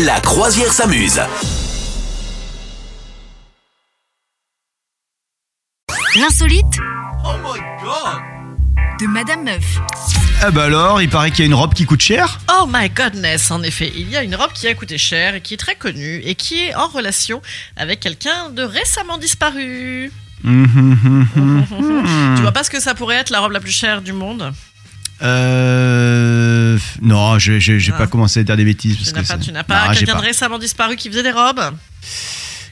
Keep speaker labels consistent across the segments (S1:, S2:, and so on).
S1: La croisière s'amuse.
S2: L'insolite
S1: Oh my god
S2: de Madame Meuf.
S3: Ah bah alors, il paraît qu'il y a une robe qui coûte cher
S4: Oh my goodness, en effet, il y a une robe qui a coûté cher et qui est très connue et qui est en relation avec quelqu'un de récemment disparu. Tu vois pas ce que ça pourrait être la robe la plus chère du monde
S3: Euh... Non, je- je- j'ai
S4: Ah.
S3: pas commencé à dire des bêtises. Parce
S4: Tu n'as
S3: que
S4: pas,
S3: c'est-
S4: tu n'as pas
S3: Non, j'ai
S4: quelqu'un
S3: pas.
S4: de récemment disparu qui faisait des robes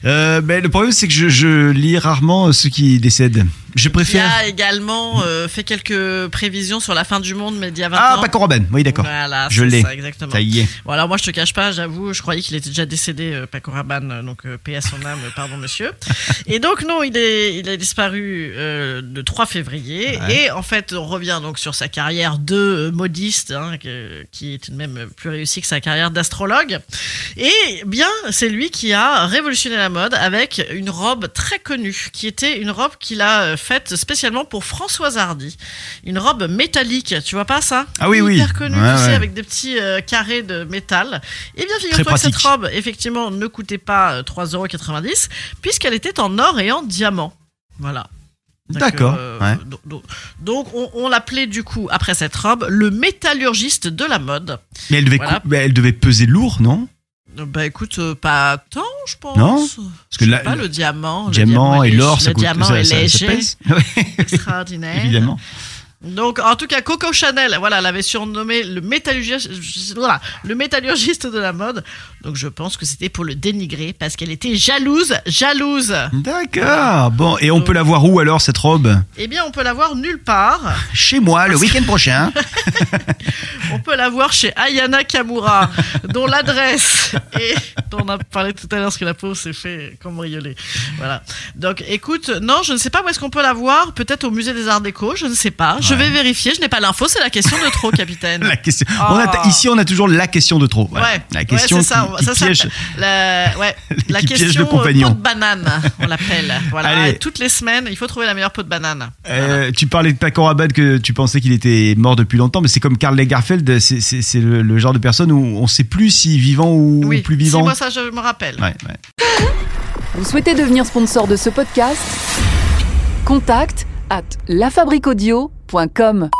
S3: Euh, mais le problème, c'est que je, je lis rarement euh, ceux qui décèdent. Je
S4: Qui
S3: préfère...
S4: a également euh, fait quelques prévisions sur la fin du monde, mais d'il y a 20
S3: Ah,
S4: ans.
S3: Paco Rabanne, oui d'accord.
S4: Voilà,
S3: Je
S4: c'est
S3: l'ai.
S4: ça, exactement.
S3: Ça y est.
S4: Bon, alors moi, je te cache pas, j'avoue, je croyais qu'il était déjà décédé, euh, Paco Rabanne, euh, donc euh, paix à son âme, euh, pardon monsieur. Et donc, non, il est, il a disparu euh, le 3 février.
S3: Ouais.
S4: Et en fait, on revient donc sur sa carrière de euh, modiste, hein, que- qui est tout de même euh, plus réussie que sa carrière d'astrologue. Et bien, c'est lui qui a révolutionné la mode avec une robe très connue, qui était une robe qu'il a euh, faite spécialement pour Françoise Hardy. Une robe métallique, tu vois pas ça
S3: Ah oui,
S4: Hyper
S3: oui.
S4: connue,
S3: Ouais,
S4: tu sais,
S3: ouais.
S4: avec des petits euh, carrés de métal. Et Eh bien,
S3: Très
S4: figure-toi que cette
S3: pratique.
S4: robe, effectivement, ne coûtait pas euh, 3,90€, puisqu'elle était en or et en diamant. Voilà. Donc,
S3: D'accord,
S4: euh,
S3: ouais.
S4: do- do- Donc, on, on l'appelait du coup, après cette robe, le métallurgiste de la mode.
S3: Mais elle devait,
S4: Voilà.
S3: cou- mais elle devait peser lourd, non
S4: Euh, Bah écoute, euh, pas tant, je pense.
S3: Non,
S4: Parce
S3: que
S4: que
S3: là,
S4: pas
S3: le
S4: le diamant.
S3: Le
S4: Oh, le
S3: diamant
S4: est
S3: et
S4: léger,
S3: l'or, ça
S4: Le
S3: coûte
S4: diamant
S3: ça,
S4: est
S3: ça- ça
S4: léger,
S3: pèse Oui,
S4: extraordinaire.
S3: Évidemment.
S4: Donc, en tout cas, Coco Chanel, voilà, l'avait surnommé le métallurgiste, voilà, le métallurgiste de la mode. Donc, je pense que c'était pour le dénigrer parce qu'elle était jalouse, jalouse.
S3: D'accord. Bon, et on
S4: Donc-
S3: peut la voir où alors cette robe
S4: Eh bien, on peut la voir nulle part.
S3: Chez moi, le week-end prochain.
S4: On peut la voir chez Ayana Kamura, dont l'adresse et dont on a parlé tout à l'heure parce que la pauvre s'est fait cambrioler. Voilà. Donc écoute, non, je ne sais pas où est-ce qu'on peut la voir. Peut-être au musée des Arts Déco, je ne sais pas. Je vais vérifier. Je n'ai pas l'info. C'est la question de trop, capitaine.
S3: La question.
S4: Ah.
S3: On a- ici, on a toujours la question de trop. Voilà.
S4: Ouais,
S3: la question
S4: ouais, c'est ça,
S3: qui- qui
S4: ça s'appelle-
S3: piège.
S4: La, ouais, la
S3: Qui piège
S4: question
S3: le
S4: euh,
S3: compagnon.
S4: peau de banane, on l'appelle. Voilà.
S3: Allez.
S4: Et Toutes les semaines, il faut trouver la meilleure peau de banane.
S3: Euh, tu parlais de Paco Rabanne que tu pensais qu'il était mort depuis longtemps, mais c'est comme Karl Lagerfeld, c'est- c'est c'est le, le genre de personne où on sait plus si vivant ou
S4: oui,
S3: plus
S4: Si,
S3: vivant.
S4: moi ça, je me rappelle.
S3: Ouais, ouais.
S5: Vous souhaitez devenir sponsor de ce podcast Contact à lafabriquaudio.com.